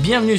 Bienvenue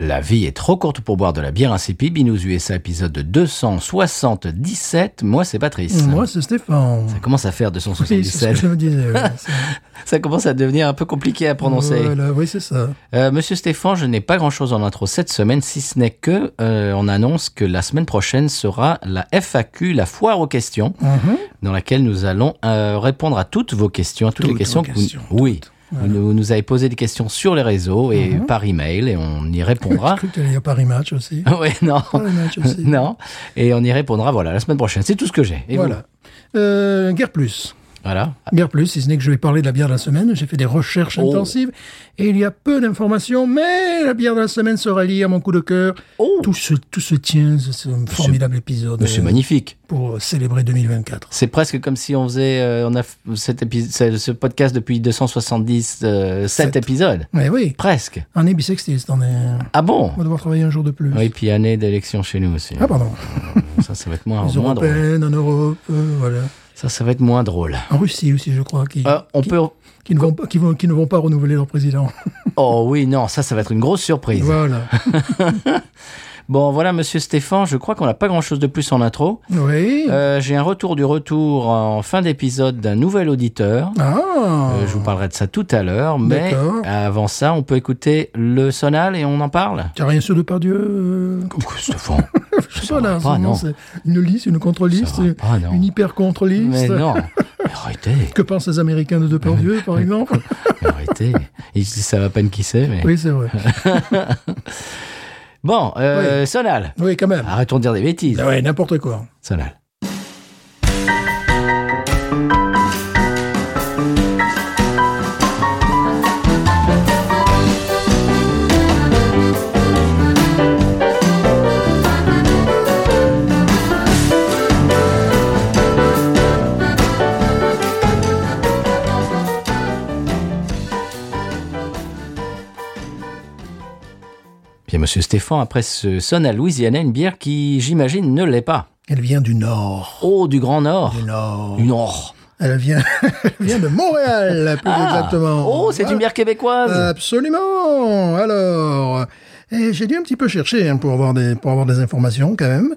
La vie est trop courte pour boire de la bière insipide. Binous USA épisode 277. Moi, c'est Patrice. Mmh, Moi, c'est Stéphane. Ça commence à faire Oui, c'est ce 277. que je me disais. oui. C'est- Ça commence à devenir un peu compliqué à prononcer. Voilà, oui, c'est ça. Euh, Monsieur Stéphane, je n'ai pas grand-chose en intro cette semaine, si ce n'est que euh, on annonce que la semaine prochaine sera la FAQ, la foire aux questions, Mhm. dans laquelle nous allons euh, répondre à toutes vos questions, à toutes, les Toutes questions Mhm. vos que vous, questions, oui, vous nous, vous nous avez posé des questions sur les réseaux et par email, et on y J'ai répondra. cru que t'allais dire Paris Match aussi. oui, non, Paris Match aussi. Ah. non, et on y répondra. Voilà, la semaine prochaine, c'est tout ce que j'ai. Et vous Voilà. Euh, guerre plus. voilà. Guerre plus, si ce n'est que je vais parler de la bière de la semaine. J'ai fait des recherches Oh. intensives et il y a peu d'informations, mais la bière de la semaine sera liée à mon coup de cœur. Oh. Tout, se, tout se tient, c'est un formidable épisode Mais C'est euh, magnifique. pour euh, célébrer 2024. C'est presque comme si on faisait, euh, on a f- cet épi- ce ce podcast depuis 277 Sept. euh, épisodes. Mais oui, Presque. année bisextiste, on, est... Ah bon on va devoir travailler un jour de plus. Oui, puis année d'élection chez nous aussi. Ah, pardon. Ça, ça va être moins, Les moins drôle. européennes, en Europe, euh, voilà. Ça, ça va être moins drôle. En Russie aussi, je crois, qui, Euh, on qui, peut. qui ne vont, pas- qui, vont, qui ne vont pas renouveler leur président. Oh oui, non, ça, ça va être une grosse surprise. voilà. Bon, voilà, monsieur Stéphane, je crois qu'on n'a pas grand-chose de plus en intro. Oui. Euh, J'ai un retour du retour en fin d'épisode d'un nouvel auditeur. ah. Euh, je vous parlerai de ça tout à l'heure, mais D'accord. avant ça, on peut écouter le sonal et on en parle. T'as rien sur Depardieu euh, Ouh, Stéphane. Je sais Ça pas, va là, pas, son Ah, nom, non. c'est une liste, une contre-liste, Ça va pas, Ah, non. une hyper-contre-liste. Mais non, Mais arrêtez, Que pensent les Américains de Depardieu, par exemple mais arrêtez. Ils savent à peine qui c'est, mais... Oui, c'est vrai. Bon, euh, Sonal, Oui, quand même. arrêtons de dire des bêtises. Ah ouais, n'importe quoi. Sonal. Bien, monsieur Stéphane, après ce Sonal Louisiana, une bière qui, j'imagine, ne l'est pas. Elle vient du Nord. Oh, du Grand Nord. Du Nord. Du Nord. Elle vient, elle vient de Montréal, plus Ah. exactement. Euh. Oh, c'est Voilà. une bière québécoise. Absolument. Alors, et j'ai dû un petit peu chercher hein, pour avoir des pour avoir des informations quand même.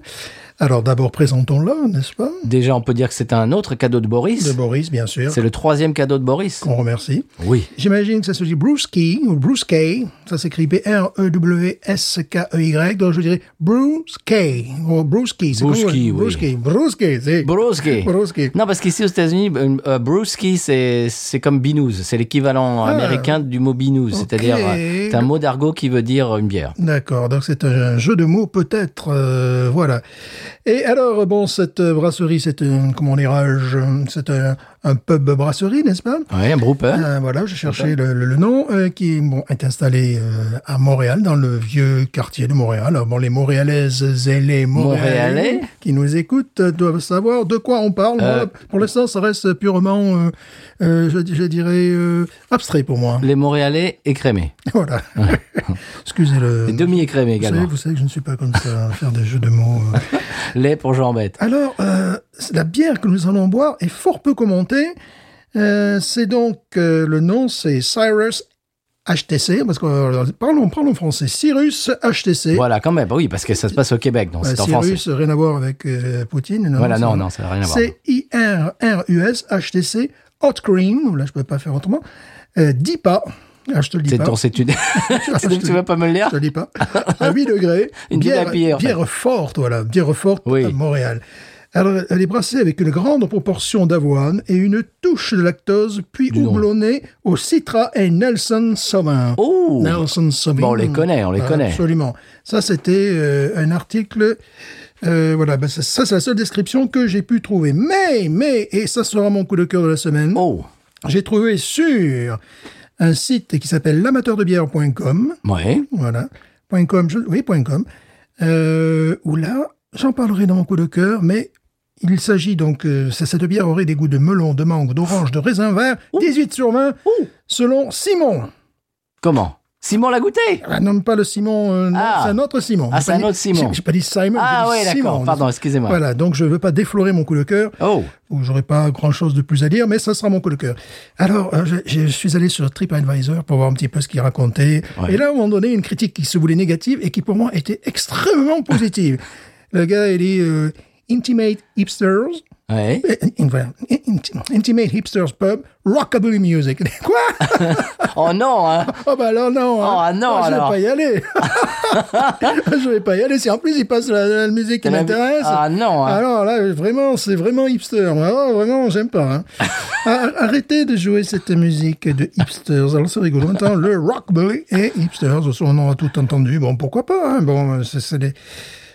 Alors d'abord présentons-la, n'est-ce pas Déjà, on peut dire que c'est un autre cadeau de De Boris. Boris, bien sûr, C'est le troisième cadeau de Boris. qu'on remercie. Oui. J'imagine que ça se dit Brewski ou Brewskey. Ça s'écrit E B-R-E-W-S-K-E-Y. E Donc je dirais Brewskey ou Brewski. c'est Brewski, comme- oui. Brewski, Brewski, c'est. Brewski. Brewski. Non, parce qu'ici aux États-Unis, euh, euh, Brewski, c'est c'est comme binouze. C'est l'équivalent Ah. américain du mot binouze. C'est-à-dire, euh, c'est un mot d'argot qui veut dire euh, une bière. D'accord, donc c'est un jeu de mots peut-être, euh, voilà. Et alors, bon, cette euh, brasserie, c'est un, comment dirais-je, euh, c'est un, un pub brasserie, n'est-ce pas Oui, un hein. brooper. Euh, Voilà, j'ai cherché le, le- le nom, euh, qui bon, est installé euh, à Montréal, dans le vieux quartier de Montréal. Alors, bon, les Montréalaises et les Montréalais, Montréalais. qui nous écoutent euh, doivent savoir de quoi on parle. Euh, Moi, pour l'instant, ça reste purement, euh, euh, je, je dirais, euh, abstrait pour moi. Les Montréalais écrémés. Voilà. Excusez le... Les demi-écrémés Ah. Vous savez, également. vous savez que je ne suis pas comme ça à faire des jeux de mots. euh. Les pour Jean-Bête. Alors, euh, la bière que nous allons boire est fort peu commentée. Euh, c'est donc euh, le nom, c'est Cyrus HTC, parce que euh, parlons, parlons français. Cyrus HTC. Voilà, quand même. Oui, parce que ça se passe au Québec, donc Euh, c'est en français. Cyrus, rien à voir avec euh, Poutine. Voilà, c'est- non, non, ça n'a rien à voir. C'est I-R-R-U-S HTC Hot Cream. Là, je ne peux pas faire autrement. Euh, DIPA. Ah, je te le dis C'est pas. ton étude. Je te tu veux pas me le lire Je te le dis pas. À 8 degrés. Une bière bière, à bière, en fait. bière forte, voilà. Bière forte Oui. à Montréal. Alors, elle est brassée avec une grande proportion d'avoine et une touche de lactose, puis donc. houblonnée au Citra et Nelson Sauvin. Oh Nelson Sauvin. Bon, on les connaît, on les connaît. Absolument. Ça, c'était euh, un article. euh, voilà, ben, ça, ça, c'est la seule description que j'ai pu trouver. Mais, mais, et ça sera mon coup de cœur de la semaine. Oh J'ai trouvé sur un site qui s'appelle l'amateurdebière.com. Ouais. Voilà. Point .com, je- oui, point .com. euh, où là, j'en parlerai dans mon coup de cœur, mais il s'agit donc, euh, c'est- cette bière aurait des goûts de melon, de mangue, d'orange, de raisin vert, 18 sur 20, Ouh. selon Simon. Comment Simon l'a goûté Ah, nomme pas le Simon, euh, non, Ah. c'est un autre Simon. Ah, J'ai c'est pas un dit- autre Simon. j'ai- J'ai pas dit Simon, Ah j'ai ouais, dit d'accord. Simon. Pardon, excusez-moi. Voilà, donc je veux pas déflorer mon coup de cœur. Oh, où j'aurai pas grand chose de plus à dire, mais ça sera mon coup de cœur. Alors, euh, je, je suis allé sur TripAdvisor pour voir un petit peu ce qu'il racontait. Ouais. Et là, on donné une critique qui se voulait négative et qui pour moi était extrêmement positive. Le gars, il est euh, Intimate Hipsters. ouais. euh, in- voilà, inti- intimate Hipsters Pub, Rockabilly Music. Quoi Oh non, hein. Oh bah alors non. hein. Oh, ah non, je alors. vais pas y aller. je vais pas y aller. Si en plus il passe la, la musique qui La mu- m'intéresse. Ah, non, hein. Alors là vraiment c'est vraiment hipster. Ah, vraiment j'aime pas. hein. Ah, Arrêtez de jouer cette musique de hipsters. Alors c'est rigolo. Maintenant, le rockabilly et hipsters, on en a tout entendu. Bon pourquoi pas. hein. Bon c'est- c'est des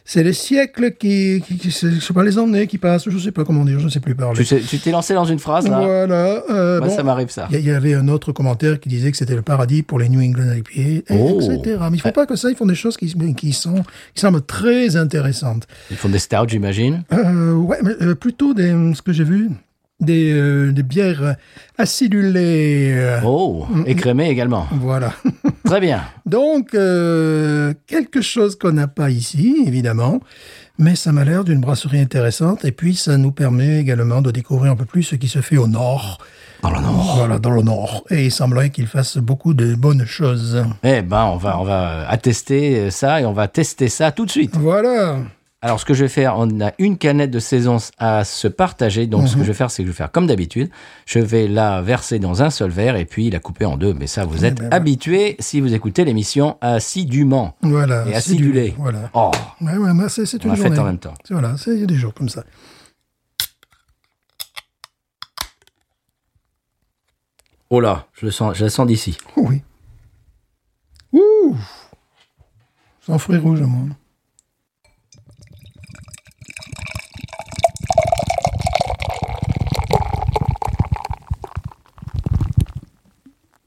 c'est les siècles qui, qui, qui- je sais pas les années qui passent. Je sais pas comment dire. Je sais plus parler. Tu sais- tu t'es lancé dans une phrase là. Voilà. euh, Moi, bon. ça m'arrive ça. Il y- il y avait un autre commentaire qui disait que c'était le paradis pour les New England IPA, et Oh. etc. Mais il faut pas que ça, ils font des choses qui, qui sont, qui semblent très intéressantes. Ils font des stouts, j'imagine. Euh, ouais, mais euh, plutôt des, ce que j'ai vu, des, euh, des bières acidulées. euh, Oh, écrémé également. Voilà. Très bien. Donc, euh, quelque chose qu'on n'a pas ici, évidemment, mais ça m'a l'air d'une brasserie intéressante, et puis ça nous permet également de découvrir un peu plus ce qui se fait au nord. Dans le nord. Voilà, dans le nord. Et il semblerait qu'il fasse beaucoup de bonnes choses. Eh ben, on va, on va euh, attester euh, ça et on va tester ça tout de suite. Voilà. Alors, ce que je vais faire, on a une canette de saison à se partager. Donc, Mm-hmm. ce que je vais faire, c'est que je vais faire comme d'habitude. Je vais la verser dans un seul verre et puis la couper en deux. Mais ça, vous êtes ben, voilà. habitués si vous écoutez l'émission assidûment Voilà. et c'est du- acidulé. Voilà. Oh, Ouais, ouais, mais c'est, c'est On une l'a fait journée. en même temps. C'est- Voilà, c'est- il y a des jours comme ça. oh là, je le sens, je la sens d'ici. Oh oui. Ouh Sans fruits rouges, moi.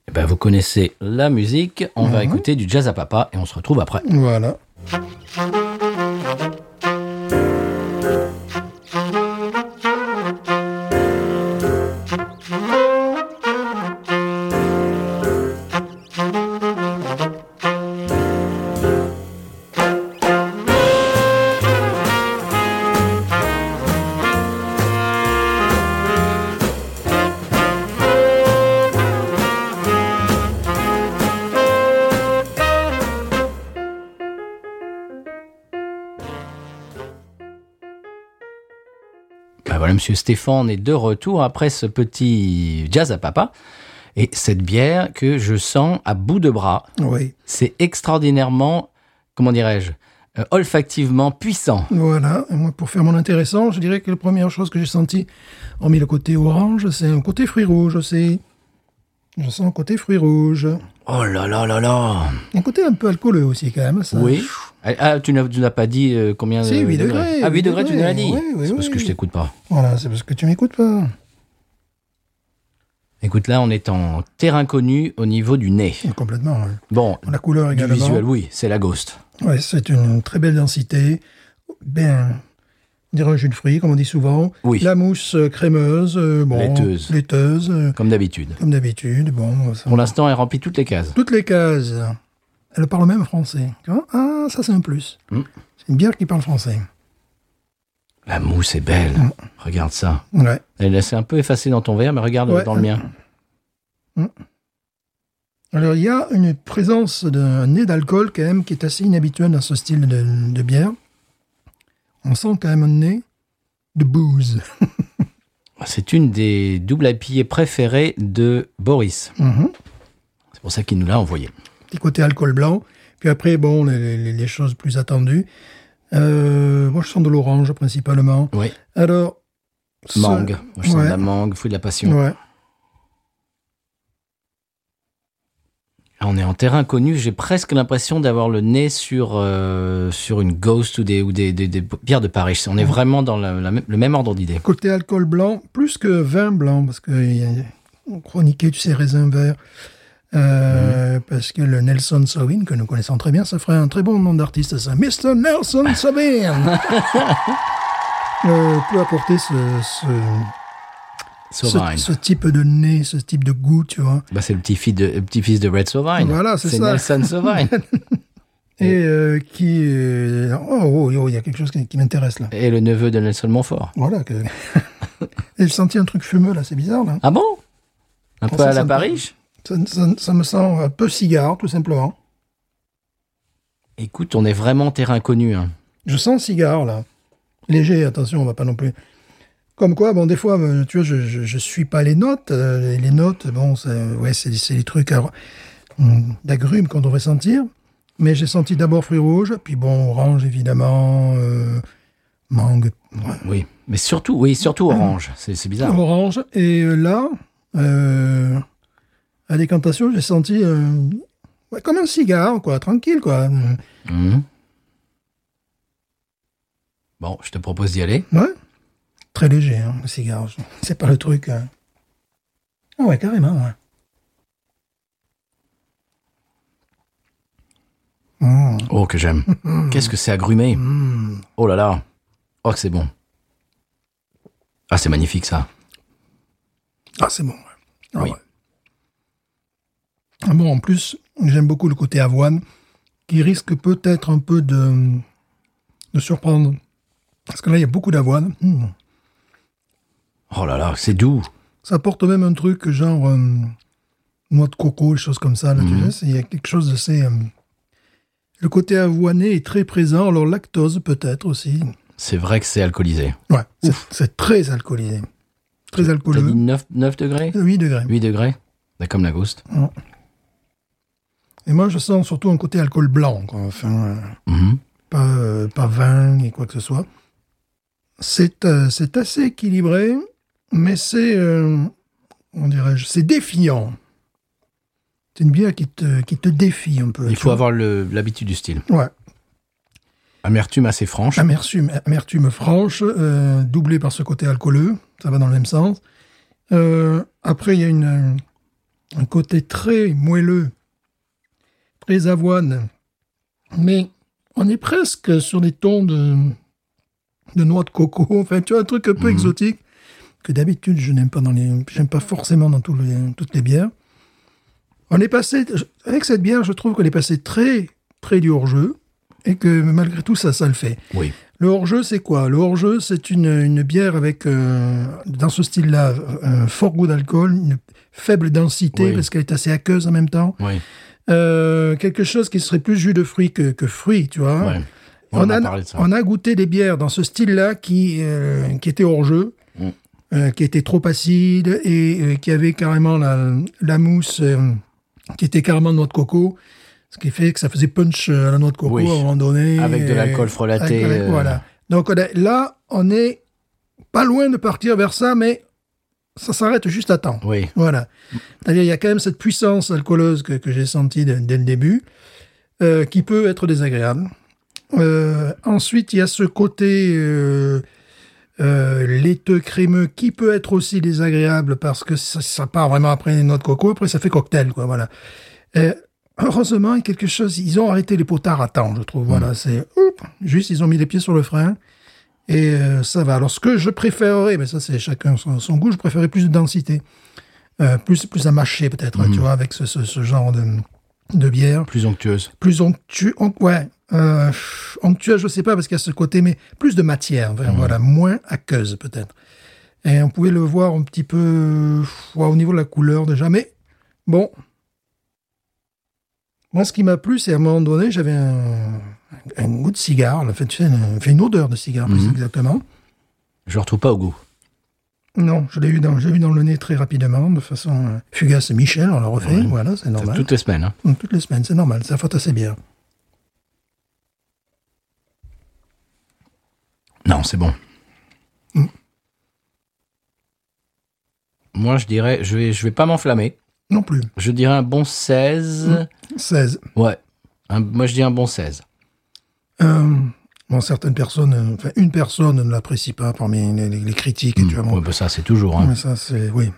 Eh ben, vous connaissez la musique. On Mhm. va écouter du jazz à papa et on se retrouve après. Voilà. Ben voilà, monsieur Stéphane est de retour après ce petit jazz à papa. Et cette bière que je sens à bout de bras, Oui. c'est extraordinairement, comment dirais-je, euh, olfactivement puissant. Voilà. Et moi, pour faire mon intéressant, je dirais que la première chose que j'ai sentie, hormis le côté orange, c'est un côté fruits rouges aussi. Je sens un côté fruits rouges. Oh là là là là Un côté un peu alcooleux aussi, quand même. Ça. Oui. Ah, tu n'as tu n'as pas dit euh, combien Si, de huit degrés, Ah, 8 huit degrés, tu nous l'as dit. degrés, oui, oui, c'est parce oui. que je t'écoute pas. Voilà, c'est parce que tu m'écoutes pas. Écoute, là, on est en terrain connu au niveau du nez. Complètement. hein. Bon, La couleur du également. visuel, oui, c'est la ghost. Ouais, c'est une très belle densité. Bien, on dirait un jus de fruits, comme on dit souvent. Oui. La mousse euh, crémeuse, euh, bon, Laiteuse. laiteuse, euh, Comme d'habitude. comme d'habitude. Bon, ça- Pour l'instant, elle remplit toutes les cases. toutes les cases. Elle parle même français. Tu vois Ah, ça c'est un plus. Mm. C'est une bière qui parle français. La mousse est belle. Mm. Regarde ça. Ouais. Elle s'est un peu effacée dans ton verre, mais regarde Ouais. dans le mien. Alors il y a une présence d'un nez d'alcool quand même qui est assez inhabituelle dans ce style de, de bière. On sent quand même un nez de booze. C'est une des doubles IPA préférées de Boris. Mhm. C'est pour ça qu'il nous l'a envoyé. petit côté alcool blanc. Puis après, bon, les, les- les choses plus attendues. Euh, moi, je sens de l'orange principalement. Oui. Alors. ce- Mangue. Moi, je sens Ouais. de la mangue, fruit de la passion. Ouais. Ah, On est en terrain connu. J'ai presque l'impression d'avoir le nez sur, euh, sur une ghost ou des, ou des, des- des bières de Paris. On est vraiment dans la- la même- le même ordre d'idée. Côté alcool blanc, plus que vin blanc, parce que il y a- on chroniquait, tu sais, raisin vert. Euh, Parce que le Nelson Sauvin, que nous connaissons très bien, ça ferait un très bon nom d'artiste, ça. Mr. Nelson Sauvin Euh, peut apporter ce, ce, Sovine. ce- ce type de nez, ce type de goût, tu vois. Bah, c'est le petit-fils de, le petit-fils de Red Sovine. Voilà, c'est ça. Nelson Sovine. Et euh, qui... euh, oh, oh, oh, il y a quelque chose qui, qui m'intéresse, là. Et le neveu de Nelson Montfort. Voilà. Que... J'ai senti un truc fumeux, là, c'est bizarre, là. Ah bon Un Ah, peu ça, à ça la me- Paris Ça, ça- ça me sent un peu cigare, tout simplement. Écoute, on est vraiment terrain connu. hein. Je sens le cigare, là. Léger, attention, on va pas non plus. Comme quoi, bon, des fois, euh, tu vois, je, je, je suis pas les notes. euh, et les notes, bon, ça, euh, ouais, c'est c'est les trucs à- hum, d'agrumes qu'on devrait sentir. Mais j'ai senti d'abord fruits rouges, puis bon, orange, évidemment, euh, mangue, ouais, Oui. Mais surtout, oui, surtout orange. C'est, c'est bizarre. orange. Et euh, là, euh, à décantation, j'ai senti euh, ouais, comme un cigare, quoi, tranquille, quoi. Mhm. Bon, je te propose d'y aller. Ouais. Très léger, hein, le cigare. Je- C'est pas le truc. hein. Ah ouais, carrément, ouais. Mmh, Oh, que j'aime. Qu'est-ce que c'est agrumé mmh. Oh là là. Oh, que c'est bon. Ah, c'est magnifique ça. Ah, c'est bon. ouais. Ah Oui. ouais. Ah bon, en plus, j'aime beaucoup le côté avoine, qui risque peut-être un peu de, de surprendre. Parce que là, il y a beaucoup d'avoine. Mmh. Oh là là, c'est doux. Ça porte même un truc genre euh, noix de coco, des choses comme ça. là, tu Mhm. sais, c'est- il y a quelque chose de c'est euh, le côté avoiné est très présent. Alors lactose peut-être aussi. C'est vrai que c'est alcoolisé. Ouais, c'est- c'est très alcoolisé, très T'as dit alcooleux. 9, 9 degrés 8 degrés. 8 degrés Bah, Comme la ghost. Et moi, je sens surtout un côté alcool blanc. quoi. Enfin, euh, Mhm. pas, euh, pas vin et quoi que ce soit. C'est euh, c'est assez équilibré, mais c'est, euh, on dirait, c'est défiant. C'est une bière qui te, qui te défie un peu. Il tu faut vois. avoir le- l'habitude du style. Ouais, Amertume assez franche. amertume, amertume franche, euh, doublée par ce côté alcooleux, ça va dans le même sens. Euh, après, il y a une, euh, un côté très moelleux, très avoine, mais on est presque sur des tons de, de noix de coco, enfin, tu vois, un truc un peu exotique que d'habitude je n'aime pas dans les, j'aime pas forcément dans tous les- toutes les bières. On est passé, avec cette bière, je trouve qu'on est passé très, très du hors-jeu et que malgré tout, ça, ça le fait. Oui. Le hors-jeu, c'est quoi Le hors-jeu, c'est une, une bière avec, euh, dans ce style-là, euh, un fort goût d'alcool, une faible densité, Oui. parce qu'elle est assez aqueuse en même temps. Oui. Euh, quelque chose qui serait plus jus de fruits que, que fruits, tu vois. Ouais. Hein On, On, en a, a, parlé de ça. on a goûté des bières dans ce style-là qui, euh, qui étaient hors-jeu, Mm. euh, qui étaient trop acides et euh, qui avaient carrément la, la mousse euh, qui était carrément de noix de coco. Ce qui fait que ça faisait punch euh, à la noix de coco Oui. à un moment donné. Avec de Et- l'alcool frelaté, avec- euh, Voilà. Donc on a- là, on est pas loin de partir vers ça, mais ça s'arrête juste à temps. Oui. Voilà. C'est-à-dire, il y a quand même cette puissance alcooleuse que, que j'ai sentie dès, dès le début, euh, qui peut être désagréable. Euh, ensuite, il y a ce côté euh, euh, laiteux, crémeux, qui peut être aussi désagréable parce que ça, ça part vraiment après les noix de coco, après ça fait cocktail, quoi, voilà. Euh, heureusement, il y a quelque chose, ils ont arrêté les potards à temps, je trouve, voilà, c'est, oup, juste, ils ont mis les pieds sur le frein. Et euh, ça va. Alors, ce que je préférerais, mais ça, c'est chacun son, son goût, je préférerais plus de densité. Euh, plus, plus à mâcher, peut-être, tu vois, avec ce, ce- ce genre de, de bière. Plus onctueuse. Plus onctu... on- ouais, euh, onctueux, je sais pas, parce qu'il y a ce côté, mais plus de matière, enfin, voilà, moins aqueuse, peut-être. Et on pouvait le voir un petit peu euh, ouais, au niveau de la couleur, déjà, mais bon. Moi, ce qui m'a plu, c'est à un moment donné, j'avais un, un goût de cigare, là, fait, tu sais, une, fait une odeur de cigare, plus exactement. Je le retrouve pas au goût. Non, je l'ai eu dans, j'ai eu dans le nez très rapidement, de façon euh, fugace. Michel, on le refait, voilà, c'est Ça, normal. Toutes les semaines. hein. Donc, Mm, Toutes les semaines, c'est normal, ça faute assez bien. Non, c'est bon. Mm. Moi, je dirais, je vais, je vais pas m'enflammer. Non plus. Je dirais un bon 16. Mm. 16. Ouais. Un- moi, je dis un bon 16. Euh, bon, certaines personnes, euh, enfin, une personne ne l'apprécie Mm, pas parmi les, les- les critiques, et tu vois. bon, Ouais, bah, ça, c'est toujours. hein. mais ça, c'est. Oui.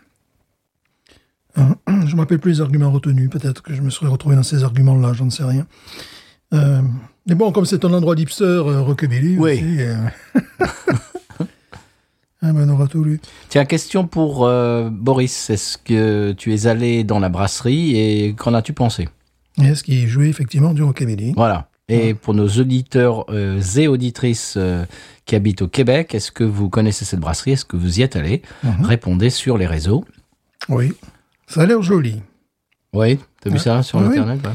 Hein, Je ne me rappelle plus les arguments retenus. Peut-être que je me serais retrouvé dans ces arguments-là, j'en sais rien. Euh, mais bon, comme c'est un endroit d'hipster, euh, rockabilly Oui. aussi, euh, ah ben, on aura tout lu. Tiens, question pour euh, Boris. Est-ce que tu es allé dans la brasserie et qu'en as-tu pensé Et est-ce qu'il jouait effectivement du rockabilly Voilà. Et pour nos auditeurs euh, et auditrices euh, qui habitent au Québec, est-ce que vous connaissez cette brasserie Est-ce que vous y êtes allé Mhm. Répondez sur les réseaux. Oui. Ça a l'air joli. Oui, t'as vu Ouais. ça sur Oui. Internet ouais.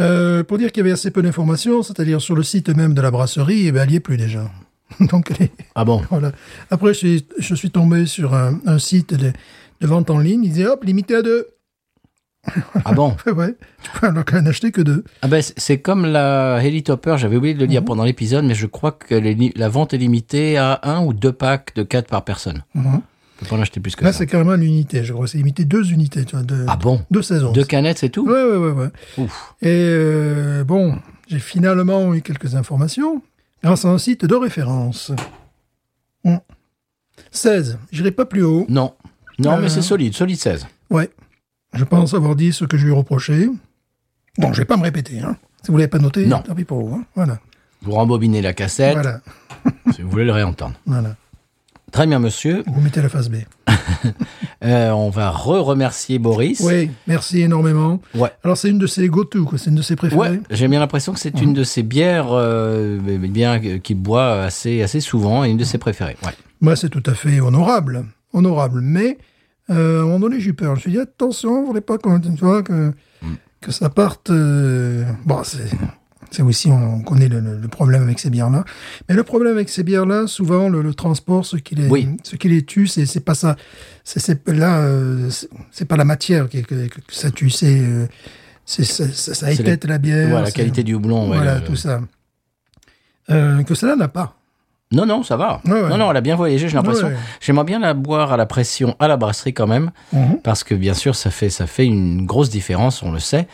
Euh, pour dire qu'il y avait assez peu d'informations, c'est-à-dire sur le site même de la brasserie, eh ben, elle n'y est plus déjà. Donc, elle est- Ah bon voilà. Après, je suis, je suis tombé sur un, un site de, de vente en ligne. Il disait, hop, limité à deux. Ah bon Ouais, ouais. Tu peux alors qu'en acheter que deux. Ah ben, c'est- c'est comme la Heli Topper, j'avais oublié de le dire Mhm. pendant l'épisode, mais je crois que les li- la vente est limitée à un ou deux packs de quatre par personne. Mhm. On peut pas en acheter plus Mmh. que Là, ça. c'est carrément une unité, je crois. C'est limité deux unités, tu vois, de, Ah bon deux saisons. Deux canettes, c'est tout Ouais, ouais, ouais, ouais. Ouf. Et euh, bon, j'ai finalement eu quelques informations grâce à un site de référence. Hmm. 16. J'irai pas plus haut. Non. Non, Euh, mais c'est solide, solide 16. Ouais. Je pense avoir dit ce que je lui reprochais. Bon, je vais pas me répéter. Hein. Si vous l'avez pas noté, Non. tant pis pour vous. hein. Voilà. Vous rembobinez la cassette, Voilà. si vous voulez le réentendre. Voilà. Très bien, monsieur. Vous mettez la face B. Euh, on va re-remercier Boris. Oui, merci énormément. Ouais. Alors, c'est une de ses go-to, quoi. C'est une de ses préférées. Ouais, j'ai bien l'impression que c'est une Mhm. de ses bières euh, eh bien, euh, qu'il boit assez, assez souvent et une de ses préférées. Ouais. Moi, Bah, c'est tout à fait honorable. Honorable. Mais, euh, à un moment donné, j'ai eu peur. Je me suis dit, attention, vous voulez pas qu'on- tu vois, que, Mm. que ça parte. euh, Bon, c'est. C'est aussi, on connaît le, le- le problème avec ces bières-là. Mais le problème avec ces bières-là, souvent, le, le transport, ce qui les, Oui. ce qui les tue, c'est c'est pas ça. C'est- C'est là, euh, c'est- c'est pas la matière qui- que, que ça tue, c'est euh, c'est- ça, ça, ça C'est éclate la bière. Voilà, la c'est- qualité du houblon. ouais, Voilà, le- tout ça. Euh, que cela n'a pas. Non, non, ça va. Ouais, ouais. Non, non, elle a bien voyagé, j'ai l'impression. Ouais. J'aimerais bien la boire à la pression, à la brasserie quand même, Mhm. parce que bien sûr, ça fait, ça fait une grosse différence, on le sait.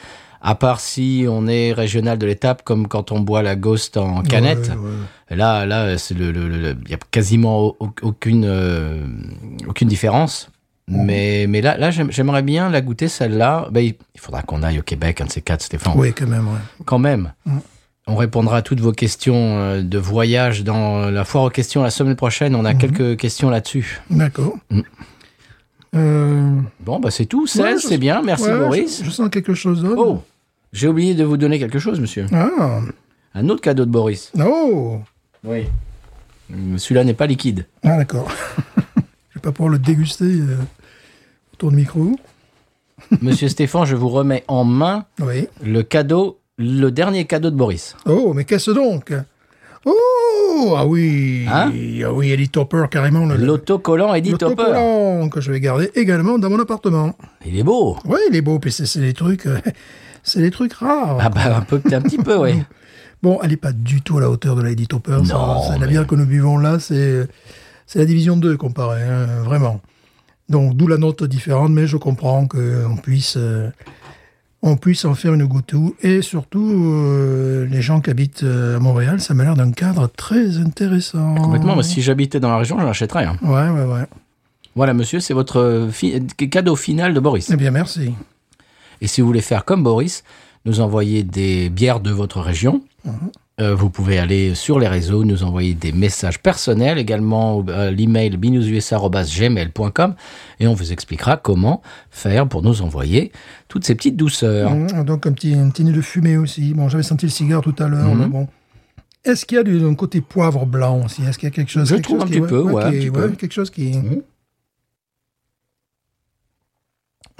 À part si on est régional de l'étape, comme quand on boit la Ghost en canette. Ouais, ouais. Là, là, c'est le, le- le- le- il y a quasiment au- au- aucune, euh, aucune différence. Mais, mais là, là, j'aime- j'aimerais bien la goûter celle-là. Ben, il il faudra qu'on aille au Québec, un de ces quatre, Stéphane. Oui, quand même. ouais. Quand même. Mm. On répondra à toutes vos questions euh, de voyage dans la foire aux questions la semaine prochaine. Mm-hmm. On a quelques questions là-dessus. D'accord. Mm. Euh, Bon, bah c'est tout. 16, ouais, je- c'est bien. Merci ouais, Boris. Je, je sens quelque chose d'autre. Oh, j'ai oublié de vous donner quelque chose, monsieur. Ah, Un autre cadeau de Boris. oh. Oui. Celui-là n'est pas liquide. Ah, d'accord. je vais pas pouvoir le déguster euh, autour du micro. Monsieur Stéphane, je vous remets en main Oui. Le cadeau, le dernier cadeau de Boris. Oh, mais qu'est-ce donc Oh, ah oui. Hein ah oui, Eddie Topper, carrément. Le, L'autocollant Eddie Topper. l'autocollant que je vais garder également dans mon appartement. Il est beau. Oui, il est beau, puis c'est c'est des trucs... euh, C'est des trucs rares. Ah bah un, peu, un petit peu, oui. Bon, elle n'est pas du tout à la hauteur de la Lady Topper. ça, Non, ça, mais- La bière que nous buvons là, c'est c'est la division 2 comparée, hein, vraiment. Donc, d'où la note différente, mais je comprends qu'on puisse, euh, on puisse en faire une go-to. Et surtout, euh, les gens qui habitent euh, à Montréal, ça m'a l'air d'un cadre très intéressant. Complètement, mais si j'habitais dans la région, j'en achèterais. hein. Ouais, ouais, ouais. Voilà, monsieur, c'est votre euh, fi- cadeau final de Boris. Eh bien, merci. Et si vous voulez faire comme Boris, nous envoyer des bières de votre région. Euh, vous pouvez aller sur les réseaux, nous envoyer des messages personnels, également au- à l'email binoususa.gmail.com et on vous expliquera comment faire pour nous envoyer toutes ces petites douceurs. Mmh, Donc, un petit, un petit nez de fumée aussi. Bon, j'avais senti le cigare tout à l'heure, Mhm. mais bon. Est-ce qu'il y a du, un côté poivre blanc aussi Est-ce qu'il y a quelque chose Je quelque trouve chose un qui- petit peu, ouais, un qui- petit peu. Quelque chose qui...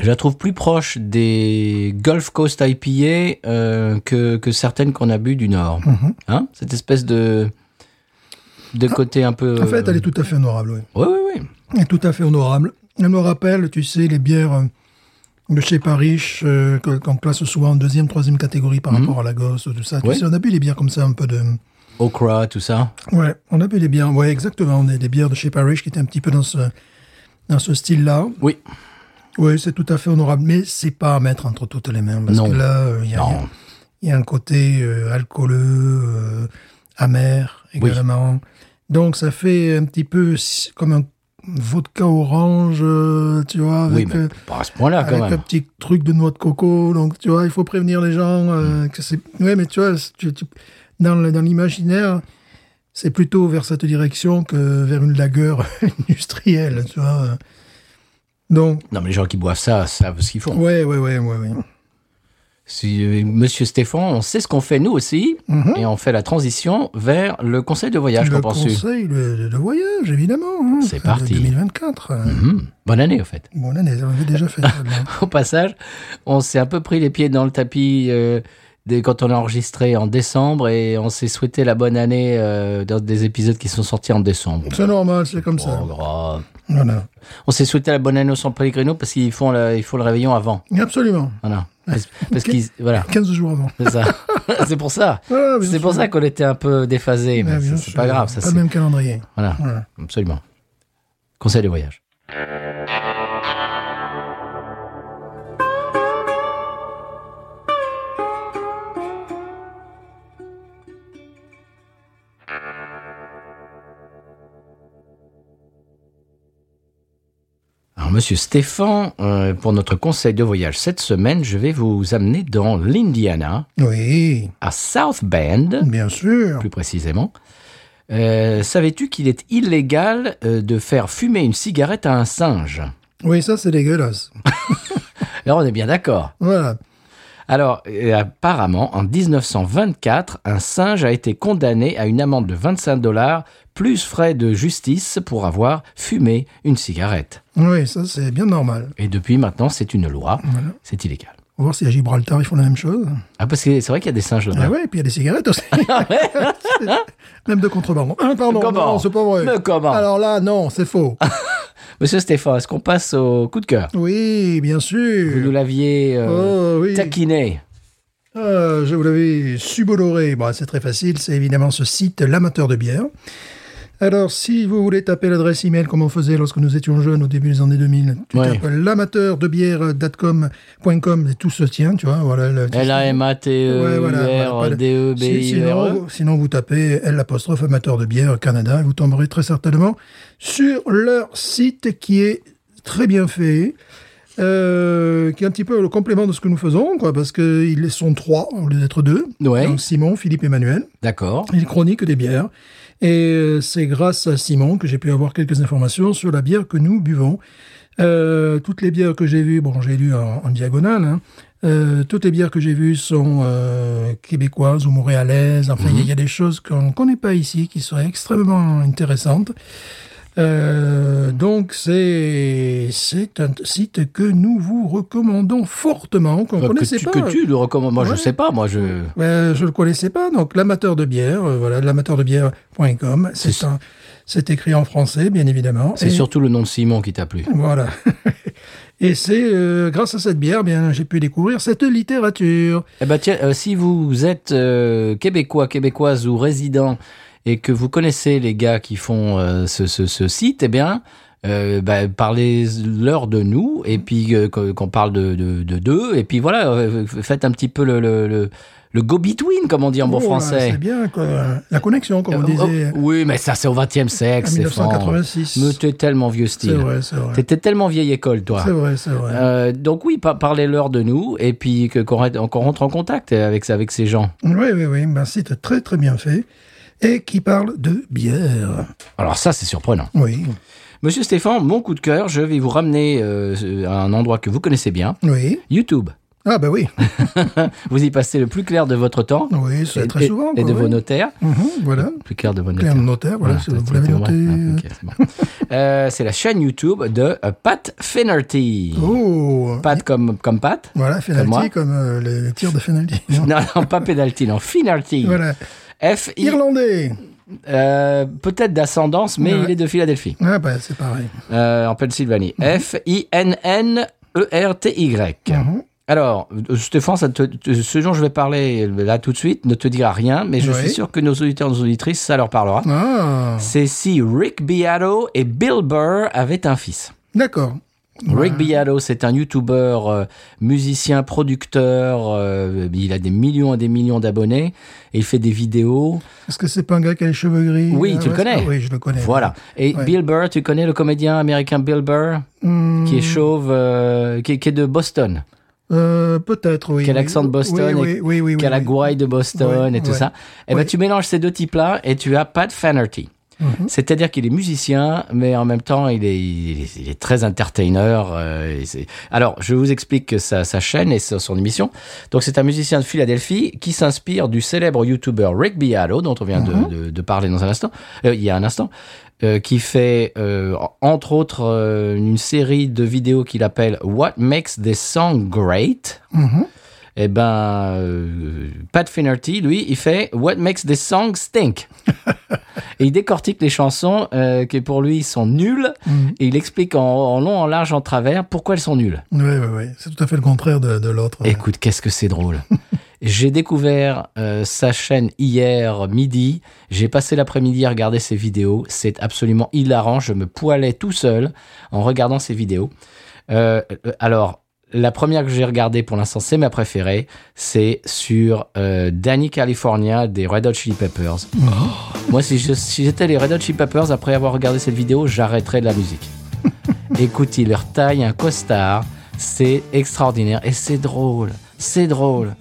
Je la trouve plus proche des Gulf Coast IPA euh, que, que certaines qu'on a bu du Nord. Mhm. Ah. Hein Cette espèce de, de côté un peu. En fait, elle est tout à fait honorable, oui. Oui, oui, oui. Elle est tout à fait honorable. Elle me rappelle, tu sais, les bières euh, de chez Paris, euh, que- qu'on classe souvent en deuxième, troisième catégorie par rapport à la gosse, tout ça. Mhm. Ouais. Tu sais, on a bu les bières comme ça, un peu de... Okra, tout ça. Ouais, on a bu les bières, ouais, exactement. On a des bières de chez Paris qui étaient un petit peu dans ce, dans ce style-là. Oui. Oui, c'est tout à fait honorable, mais c'est pas à mettre entre toutes les mains. Parce Non. que là, euh, il y a- Non. il y, a un côté euh, alcooleux, euh, amer également. Donc ça fait un petit peu si- comme un, vodka orange, euh, tu vois, Oui, avec, mais euh, pas à ce point-là Ah, quand avec euh, un même. petit truc de noix de coco. Donc, tu vois, il faut prévenir les gens. Hmm. euh, que c'est... Ouais, mais tu vois, c'est- tu- tu- dans, le- dans l'imaginaire, c'est plutôt vers cette direction que vers une lagueur industrielle, tu vois. Donc, Non, mais les gens qui boivent ça savent ce qu'ils font. ouais, ouais, ouais, ouais, ouais. Si, euh, Monsieur Stéphane, on sait ce qu'on fait nous aussi, et on fait la transition vers le conseil de voyage, Mhm. Hein le qu'en penses-tu conseil de, de voyage, évidemment. hein, C'est de parti. 2024. euh. Mhm. Bonne année, en fait. Bon, là, on avait déjà fait ça. là. Au passage, on s'est un peu pris les pieds dans le tapis euh, dès- quand on a enregistré en décembre, et on s'est souhaité la bonne année euh, dans des épisodes qui sont sortis en décembre. C'est normal, c'est comme ça. Oh, grave. Voilà. On s'est souhaité la bonne année au San Pellegrino parce qu'ils font, la- ils font le réveillon avant. Absolument. Voilà. Parce, parce Ok. qu'ils. Voilà. 15 jours avant. C'est ça. c'est pour ça. Ah, bien C'est sûr. pour ça qu'on était un peu déphasé, mais Ah, bien c'est- c'est sûr. pas grave. Ça, pas c'est- le même calendrier. Voilà. Voilà. Absolument. Conseil de voyage. Alors, monsieur Stéphane, euh, pour notre conseil de voyage cette semaine, je vais vous amener dans l'Indiana, Oui, à South Bend, bien sûr. plus précisément. Euh, Savais-tu qu'il est illégal euh, de faire fumer une cigarette à un singe Oui, ça, c'est dégueulasse. Là, on est bien d'accord. Voilà. Alors, euh, apparemment, en 1924, un singe a été condamné à une amende de 25 dollars plus frais de justice pour avoir fumé une cigarette. Oui, ça, c'est bien normal. Et depuis maintenant, c'est une loi. C'est illégal. On va voir si à Gibraltar, ils font la même chose. Ah, parce que c'est vrai qu'il y a des singes Ah là-bas. ouais, et puis il y a des cigarettes aussi. même de contrebande. Ah, pardon, Ah Comment non, c'est pas vrai. Mais comment Alors là, non, c'est faux. Monsieur Stéphane, est-ce qu'on passe au coup de cœur Oui, bien Vous nous sûr. l'aviez euh, Oh, oui. taquiné. Ah, je vous l'avais suboloré. Bon, c'est très facile, c'est évidemment ce site, l'amateur de bière. Alors, si vous voulez taper l'adresse email comme on faisait lorsque nous étions jeunes au début des années 2000, tu Ouais. tapes l'amateurdebière.com et tout se tient, tu vois. Voilà, le- l a m a t Ouais, voilà, voilà, pas e de- r d e b Si- i sinon, r vous- sinon, vous tapez L apostrophe amateur de bière Canada et vous tomberez très certainement sur leur site qui est très bien fait. euh, qui est un petit peu le complément de ce que nous faisons, quoi, parce qu'ils sont trois au lieu d'être deux. Ouais. Donc Simon, Philippe et Manuel. D'accord. Il chronique des bières. Et euh, c'est grâce à Simon que j'ai pu avoir quelques informations sur la bière que nous buvons. Euh, toutes les bières que j'ai vues, bon, j'ai lu en, en diagonale, hein, euh, toutes les bières que j'ai vues sont euh, québécoises ou montréalaises. Enfin, il Mhm. y a- il y, a des choses qu'on ne connaît pas ici qui seraient extrêmement intéressantes. Euh, donc, c'est c'est un site que nous vous recommandons fortement, qu'on ne Euh, que, connaissait tu, pas. euh. que tu le recommandes. Moi, je Ouais. sais pas. Moi, je. Ouais, je le connaissais pas. Donc l'amateur de bière, euh, voilà, l'amateurdebière.com. C'est- C'est un- c'est écrit en français, bien évidemment. C'est Et- surtout le nom de Simon qui t'a plu. Voilà. Et c'est euh, grâce à cette bière, bien, j'ai pu découvrir cette littérature. Eh ben tiens, euh, si vous êtes euh, québécois, québécoise ou résident et que vous connaissez les gars qui font euh, ce, ce- ce site, eh bien. euh, bah, parlez-leur de nous et puis euh, qu'on qu'on parle de, de, de d'eux et puis voilà euh, faites un petit peu le le, le, le go-between comme on dit en bon Oh, français C'est bien quoi. la connexion, comme on Euh, disait oh, oui mais ça c'est au 20 e siècle en c'est franc. 1986. Mais t'es tellement vieux C'est style. vrai, c'est vrai. T'étais tellement vieille école, toi. C'est vrai, c'est vrai. Euh, donc oui, par- parlez-leur de nous et puis que- qu'on re- qu'on rentre en contact avec, avec ces gens. Oui, oui, oui. Un site très, très bien fait et qui parle de bière. Alors ça, c'est surprenant. Oui, Monsieur Stéphane, mon coup de cœur, je vais vous ramener euh, à un endroit que vous connaissez bien, oui. YouTube. Ah ben oui, Vous y passez le plus clair de votre temps oui, c'est et, très et- souvent. et quoi, de oui. vos notaires. Mhm, voilà. Plus clair de vos notaires. Claire Notaire, voilà, Voilà, c'est- vous c'est- l'avez c'est- noté. ouais, Ah, ok, c'est bon. Euh, c'est la chaîne YouTube de euh, Pat Finnerty. Oh Pat comme, comme Pat Voilà, moi. penalty comme euh, le le tir de penalty. Non. Non, non, pas penalty, non, Finnerty. voilà. F I Irlandais. Euh, peut-être d'ascendance, mais Ouais. il est de Philadelphie, Ah bah c'est pareil. euh, en Pennsylvanie. Mhm. F-I-N-N-E-R-T-Y. Mhm. Alors, euh, Stéphane, ça te- te- ce dont je vais parler euh, là tout de suite ne te dira rien, mais je Ouais. suis sûr que nos auditeurs, nos auditrices, ça leur parlera. Ah C'est si Rick Beato et Bill Burr avaient un fils. d'accord. Rick Bialo, c'est un YouTuber, euh, musicien, producteur. euh, il a des millions et des millions d'abonnés. Et il fait des vidéos. Est-ce que c'est pas un gars qui a les cheveux gris Oui, euh, tu le ouais, connais. c'est- Oui, je le connais. Voilà. Et Ouais. Bill Burr, tu connais le comédien américain Bill Burr, Hmm, qui est chauve, euh, qui, est- qui est de Boston, euh, Peut-être, oui. qui a oui. l'accent de Boston Oui, oui, et oui, oui, qui a oui, la oui. gouaille de Boston Ouais, et tout ouais. ça. Eh ben, Ouais. tu mélanges ces deux types-là et tu as pas de fanarty. Mhm. C'est-à-dire qu'il est musicien, mais en même temps, il est, il est, il est très entertainer. euh, et c'est- Alors, je vous explique sa, sa chaîne et sa- son émission. Donc, c'est un musicien de Philadelphie qui s'inspire du célèbre YouTuber Rick Bialo, dont on vient Mhm. de- de, de parler dans un instant, euh, il y a un instant, euh, qui fait, euh, entre autres, euh, une série de vidéos qu'il appelle What Makes This Song Great. Mhm. Eh ben, euh, Pat Finnerty, lui, il fait What makes the song stink Et il décortique les chansons euh, qui, pour lui, sont nulles. Mhm. Et il explique en, en long, en large, en travers pourquoi elles sont nulles. Oui, oui, oui. C'est tout à fait le contraire de, de l'autre. Écoute, qu'est-ce que c'est drôle J'ai découvert euh, sa chaîne hier midi. J'ai passé l'après-midi à regarder ses vidéos. C'est absolument hilarant. Je me poilais tout seul en regardant ses vidéos. Euh, euh, alors, la première que j'ai regardée pour l'instant, c'est ma préférée. C'est sur euh, Danny California des Red Hot Chili Peppers. Moi, si je- si j'étais les Red Hot Chili Peppers, après avoir regardé cette vidéo, j'arrêterais de la musique. Écoute, il leur taille un costard. C'est extraordinaire et c'est drôle. C'est drôle.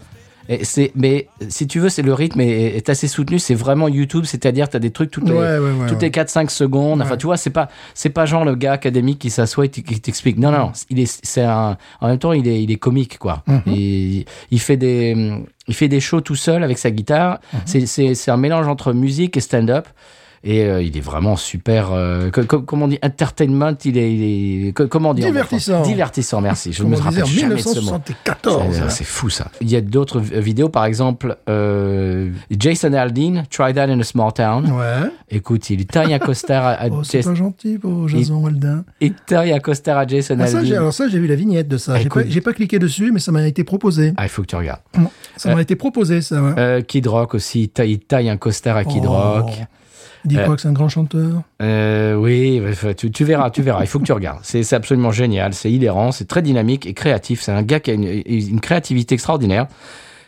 Et c'est, mais si tu veux, c'est le rythme est, est assez soutenu. C'est vraiment YouTube, c'est-à-dire tu as des trucs toutes les, Ouais, ouais, ouais, toutes ouais. les 4-5 secondes. Enfin, Ouais. tu vois, c'est pas, c'est pas genre le gars académique qui s'assoit et t- qui t'explique. Non, non, il est, c'est un, en même temps, il est, il est comique, quoi. Mhm. il, il fait des, il fait des shows tout seul avec sa guitare. Mhm. C'est- C'est, c'est un mélange entre musique et stand-up. Et euh, il est vraiment super, euh, co- co- comment on dit, entertainment, il est, il est- co- comment dire en Divertissant. français Divertissant, merci. Je Comme me on disait rappelle en jamais de ce mot. C'est- 1974. C'est fou ça. Il y a d'autres v- vidéos, par exemple, euh, Jason Aldean, Try That in a Small Town. Ouais. Écoute, il taille un costard à, à Oh, c'est Jason- pas gentil pour Jason Walden. il taille un costard à Jason Ah, ça, j'ai- Aldean. alors ça, j'ai vu la vignette de ça. Ah, J'ai écoute. pas, j'ai pas cliqué dessus, mais ça m'a été proposé. Ah, il faut que tu regardes. Ça m'a été proposé, ça. hein. ouais. Euh, Kid Rock aussi, il taille, il taille un costard à Kid Oh. Rock. Il dit euh, quoi que c'est un grand chanteur Euh, oui, enfin, tu, tu verras, tu verras. Il faut que tu regardes. C'est c'est absolument génial, c'est hilarant, c'est très dynamique et créatif. C'est un gars qui a une, une créativité extraordinaire.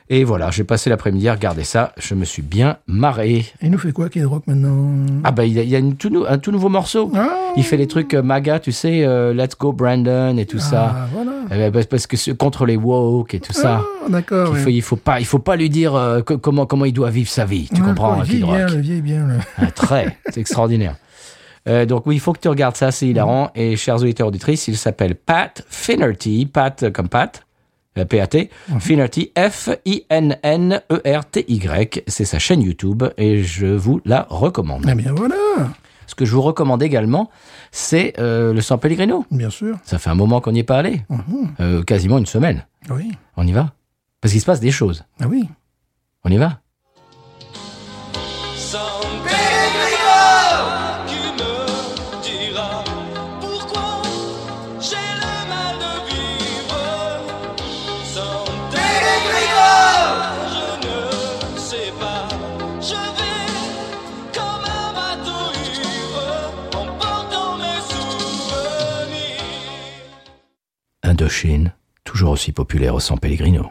Et voilà, j'ai passé l'après-midi à regarder ça. Je me suis bien marré. Et il nous fait quoi, Kid Rock, maintenant Ah bah il y a, il y a une tout nou- un tout nouveau morceau. Ah, Il fait les trucs euh, MAGA, tu sais, euh, Let's Go Brandon et tout ça. Ah, voilà. Eh ben, parce- Parce que ce- contre les woke et tout ça. Ah, d'accord. Il ouais. faut, il faut pas, il faut pas lui dire euh, que- comment comment il doit vivre sa vie. Tu Ouais, comprends, Ah, le Kid vieil Rock bien, le vieil bien. le- Un trait, c'est extraordinaire. Euh, donc oui, il faut que tu regardes ça, c'est hilarant. Mm. Et chers auditeurs auditrices, il s'appelle Pat Finnerty, Pat euh, comme Pat, euh, P-A-T, Finnerty, E F-I-N-N-E-R-T-Y. C'est sa chaîne YouTube et je vous la recommande. Eh bien, voilà. Ce que je vous recommande également, c'est euh, le San Pellegrino. Bien sûr. Ça fait un moment qu'on n'y est pas allé, Mhm. Euh, quasiment une semaine. Oui. On y va Parce qu'il se passe des choses. Ah oui. On y va San Pellegrino, tu me diras pourquoi j'ai le mal de vivre. San Pellegrino, je ne sais pas, je vais comme un bateau ivre en portant mes souvenirs. Indochine, toujours aussi populaire au San Pellegrino.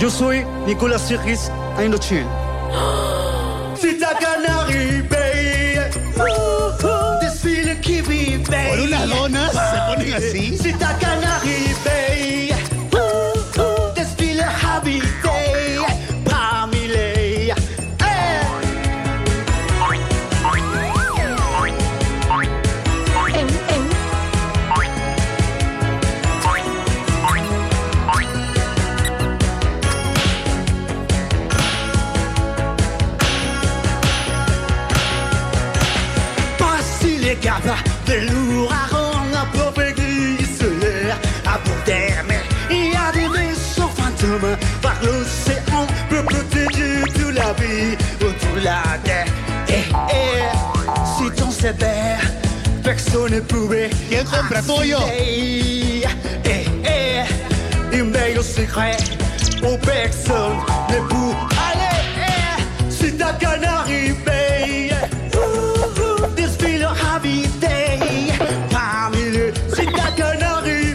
Yo soy Nicolas Sirkis Indochine. C'est à Canary Bay. Des filles qui vivent. C'est à Canary Bay. Des villes habitées parmi les. Hey. Passez les gardes de lourds à rendre un pauvre église à Bourderme. Il y a des vaisseaux fantômes par l'océan peut protéger toute la vie autour de la terre. Eh, eh, si ton sévère, personne ne pouvait. Quel compra tuyo? Eh, eh, un veille au secret où personne ne peut aller. Eh, si ta canari This feeling happy day. Parmi le, c'est ta canari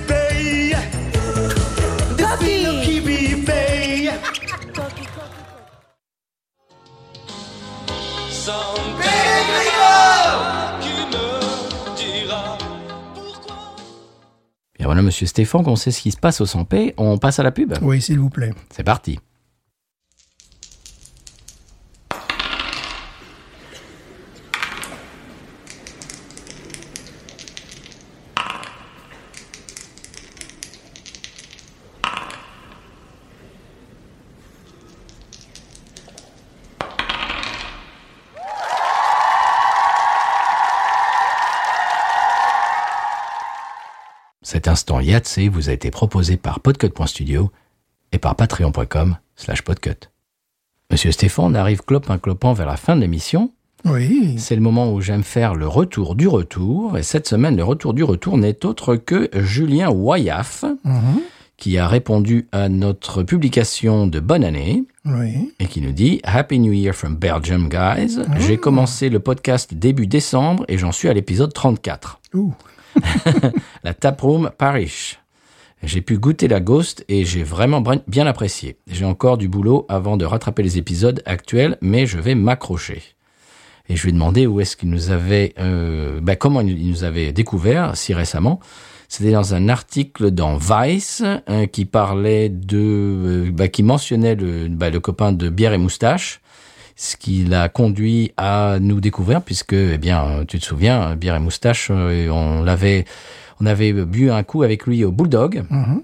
semble Pégrégor Qui me dira pourquoi Bien voilà, monsieur Stéphane, qu'on sait ce qui se passe au 100p, on passe à la pub. Oui, s'il vous plaît. C'est parti. Cet instant Yatsé vous a été proposé par podcut.studio et par patreon.com slash podcut. Monsieur Stéphane arrive clopin clopant vers la fin de l'émission. Oui. C'est le moment où j'aime faire le retour du retour. Et cette semaine, le retour du retour n'est autre que Julien Wayaf, Mhm. qui a répondu à notre publication de Bonne Année Oui. et qui nous dit Happy New Year from Belgium, guys. J'ai commencé le podcast début décembre et j'en suis à l'épisode 34 Ouh. la Taproom Parish. J'ai pu goûter la Ghost et j'ai vraiment brin- bien apprécié. J'ai encore du boulot avant de rattraper les épisodes actuels, mais je vais m'accrocher. Et je lui ai demandé où est-ce qu'il nous avait, euh, bah, comment il nous avait découvert si récemment. C'était dans un article dans Vice hein, qui parlait de, euh, bah, qui mentionnait le, bah, le copain de bière et moustache, ce qui l'a conduit à nous découvrir puisque, eh bien, tu te souviens, bière et moustache, euh, on l'avait, on avait bu un coup avec lui au Bulldog. Mhm.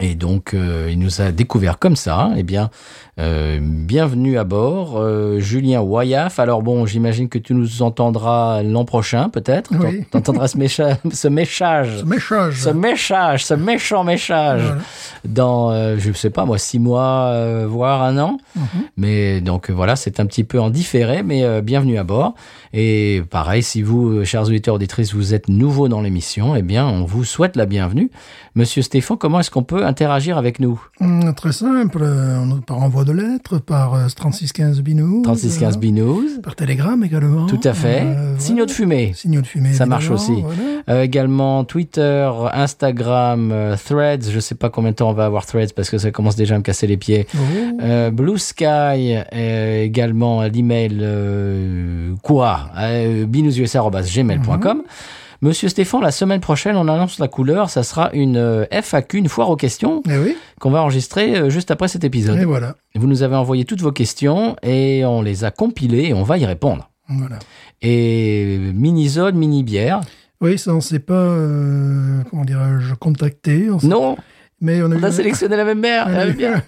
Et donc, euh, il nous a découvert comme ça. Eh bien, euh, bienvenue à bord, euh, Julien Wayaf. Alors bon, j'imagine que tu nous entendras l'an prochain, peut-être. Oui. Tu entendras ce, mécha- ce méchage. Ce méchage. Ce méchage, ce méchant méchage, Voilà. dans, euh, je sais pas moi, six mois, euh, voire un an. Mais donc euh, voilà, c'est un petit peu en différé, mais euh, bienvenue à bord. Et pareil, si vous, euh, chers auditeurs, auditrices, vous êtes nouveaux dans l'émission, eh bien, on vous souhaite la bienvenue. Monsieur Stéphane, comment est-ce qu'on peut interagir avec nous Hum, très simple. euh, on- Par envoi de lettres, par euh, 3615 Binous. 3615 euh, Binous, Par télégramme également. tout à fait. Euh, Signaux de voilà. fumée. Signaux de fumée. Ça marche évidemment, aussi. voilà. Euh, également Twitter, Instagram, euh, Threads. Je sais pas combien de temps on va avoir Threads parce que ça commence déjà à me casser les pieds. Oh. Euh, Blue Sky, euh, également à l'email euh, quoi euh, binoususa@gmail.com. Monsieur Stéphane, la semaine prochaine, on annonce la couleur. Ça sera une euh, FAQ, une foire aux questions, Eh oui. qu'on va enregistrer euh, juste après cet épisode. Et voilà. Vous nous avez envoyé toutes vos questions et on les a compilées et on va y répondre. Voilà. Et euh, mini-zone, mini-bière. Oui, ça, on ne s'est pas, euh, comment dirais-je, contacté. on s'est- Non, Mais on a, eu on a la- sélectionné la même bière. on la a même eu- bière.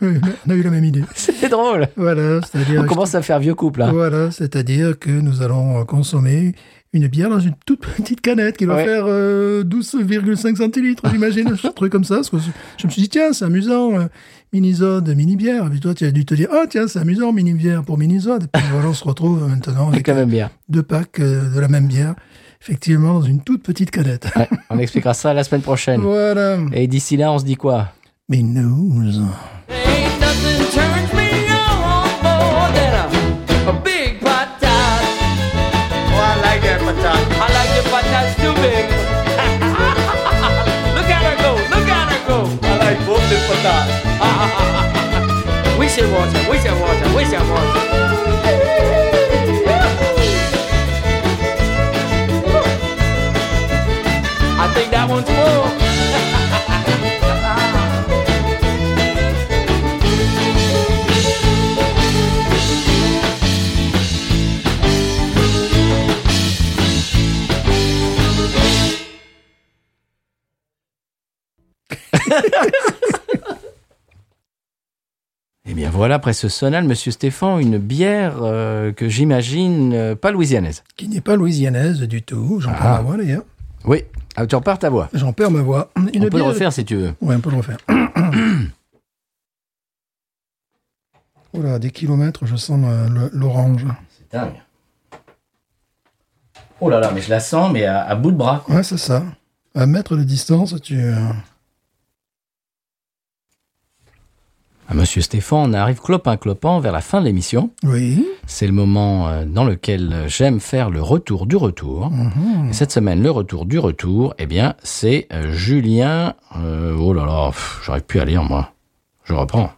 on a eu la même idée. C'est drôle. Voilà, c'est-à-dire. On commence à faire vieux couple. hein. Voilà, c'est-à-dire que nous allons euh, consommer une bière dans une toute petite canette qui doit Ouais. faire euh, 12,5 centilitres, j'imagine, un truc comme ça. Parce que je- je me suis dit, tiens, c'est amusant, euh, mini-zode, mini-bière. Et puis toi, tu as dû te dire, ah tiens, c'est amusant, mini-bière pour mini-zode. Et puis voilà, on se retrouve maintenant Avec avec la même bière. deux packs euh, de la même bière, effectivement, dans une toute petite canette. Ouais, on expliquera ça la semaine prochaine. voilà. Et d'ici là, on se dit quoi Mais news. Ain't nothing turns me on more than a, a big patat. Oh, I like that patat. I like the patats too big. look at her go, look at her go. I like both the patats. we should watch her, we should watch her, we should watch her. I think that one's full. Eh bien voilà, après ce sonal, monsieur Stéphane, une bière euh, que j'imagine euh, pas louisianaise. Qui n'est pas louisianaise du tout. J'en perds Ah. ma voix, d'ailleurs. Oui, ah, tu repars ta voix. J'en perds ma voix. Une on peut le bière- refaire si tu veux. Ouais, on peut le refaire. oh là, des kilomètres, je sens euh, le- l'orange. C'est dingue. Oh là là, mais je la sens, mais à, à bout de bras. Ouais, c'est ça. À mètre de distance, tu. euh, Ah, monsieur Stéphane, on arrive clopin clopin vers la fin de l'émission. Oui. C'est le moment euh, dans lequel j'aime faire le retour du retour. Mhm. Et cette semaine, le retour du retour, eh bien, c'est euh, Julien. euh, oh là là, pff, j'arrive plus à lire moi. Je reprends.